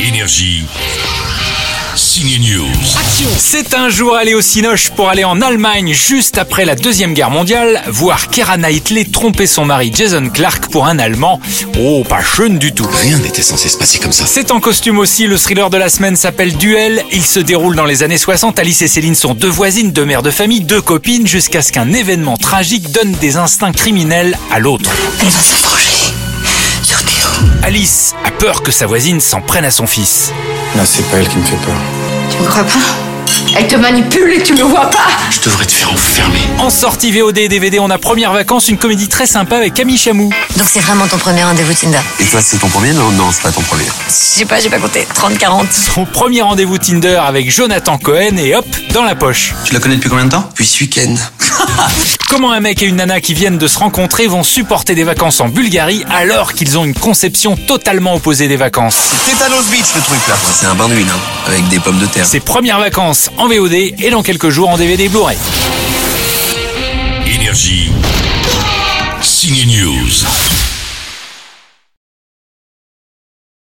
Énergie. Signe News. C'est un jour aller au Cinoche pour aller en Allemagne juste après la Deuxième Guerre mondiale, voir Kara Knightley tromper son mari Jason Clark pour un Allemand. Oh, pas schön du tout. Rien n'était censé se passer comme ça. C'est en costume aussi, le thriller de la semaine s'appelle Duel. Il se déroule dans les années 60. Alice et Céline sont deux voisines, deux mères de famille, deux copines, jusqu'à ce qu'un événement tragique donne des instincts criminels à l'autre. Elle va s'affranchir sur Théo. Alice a peur que sa voisine s'en prenne à son fils. Là, c'est pas elle qui me fait peur. Tu me crois pas Elle te manipule et tu le vois pas Je devrais te faire enfermer. En sortie VOD et DVD, on a Première Vacances, une comédie très sympa avec Camille Chamou. Donc c'est vraiment ton premier rendez-vous Tinder Et toi, c'est ton premier Non, non, c'est pas ton premier. Je sais pas, j'ai pas compté. 30, 40. Son premier rendez-vous Tinder avec Jonathan Cohen et hop, dans la poche. Tu la connais depuis combien de temps Depuis ce week-end. Comment un mec et une nana qui viennent de se rencontrer vont supporter des vacances en Bulgarie alors qu'ils ont une conception totalement opposée des vacances Tétanos Beach, le truc là. C'est un bain d'huile, hein, avec des pommes de terre. Ses premières vacances en VOD et dans quelques jours en DVD Blu-ray. Énergie. Signe News.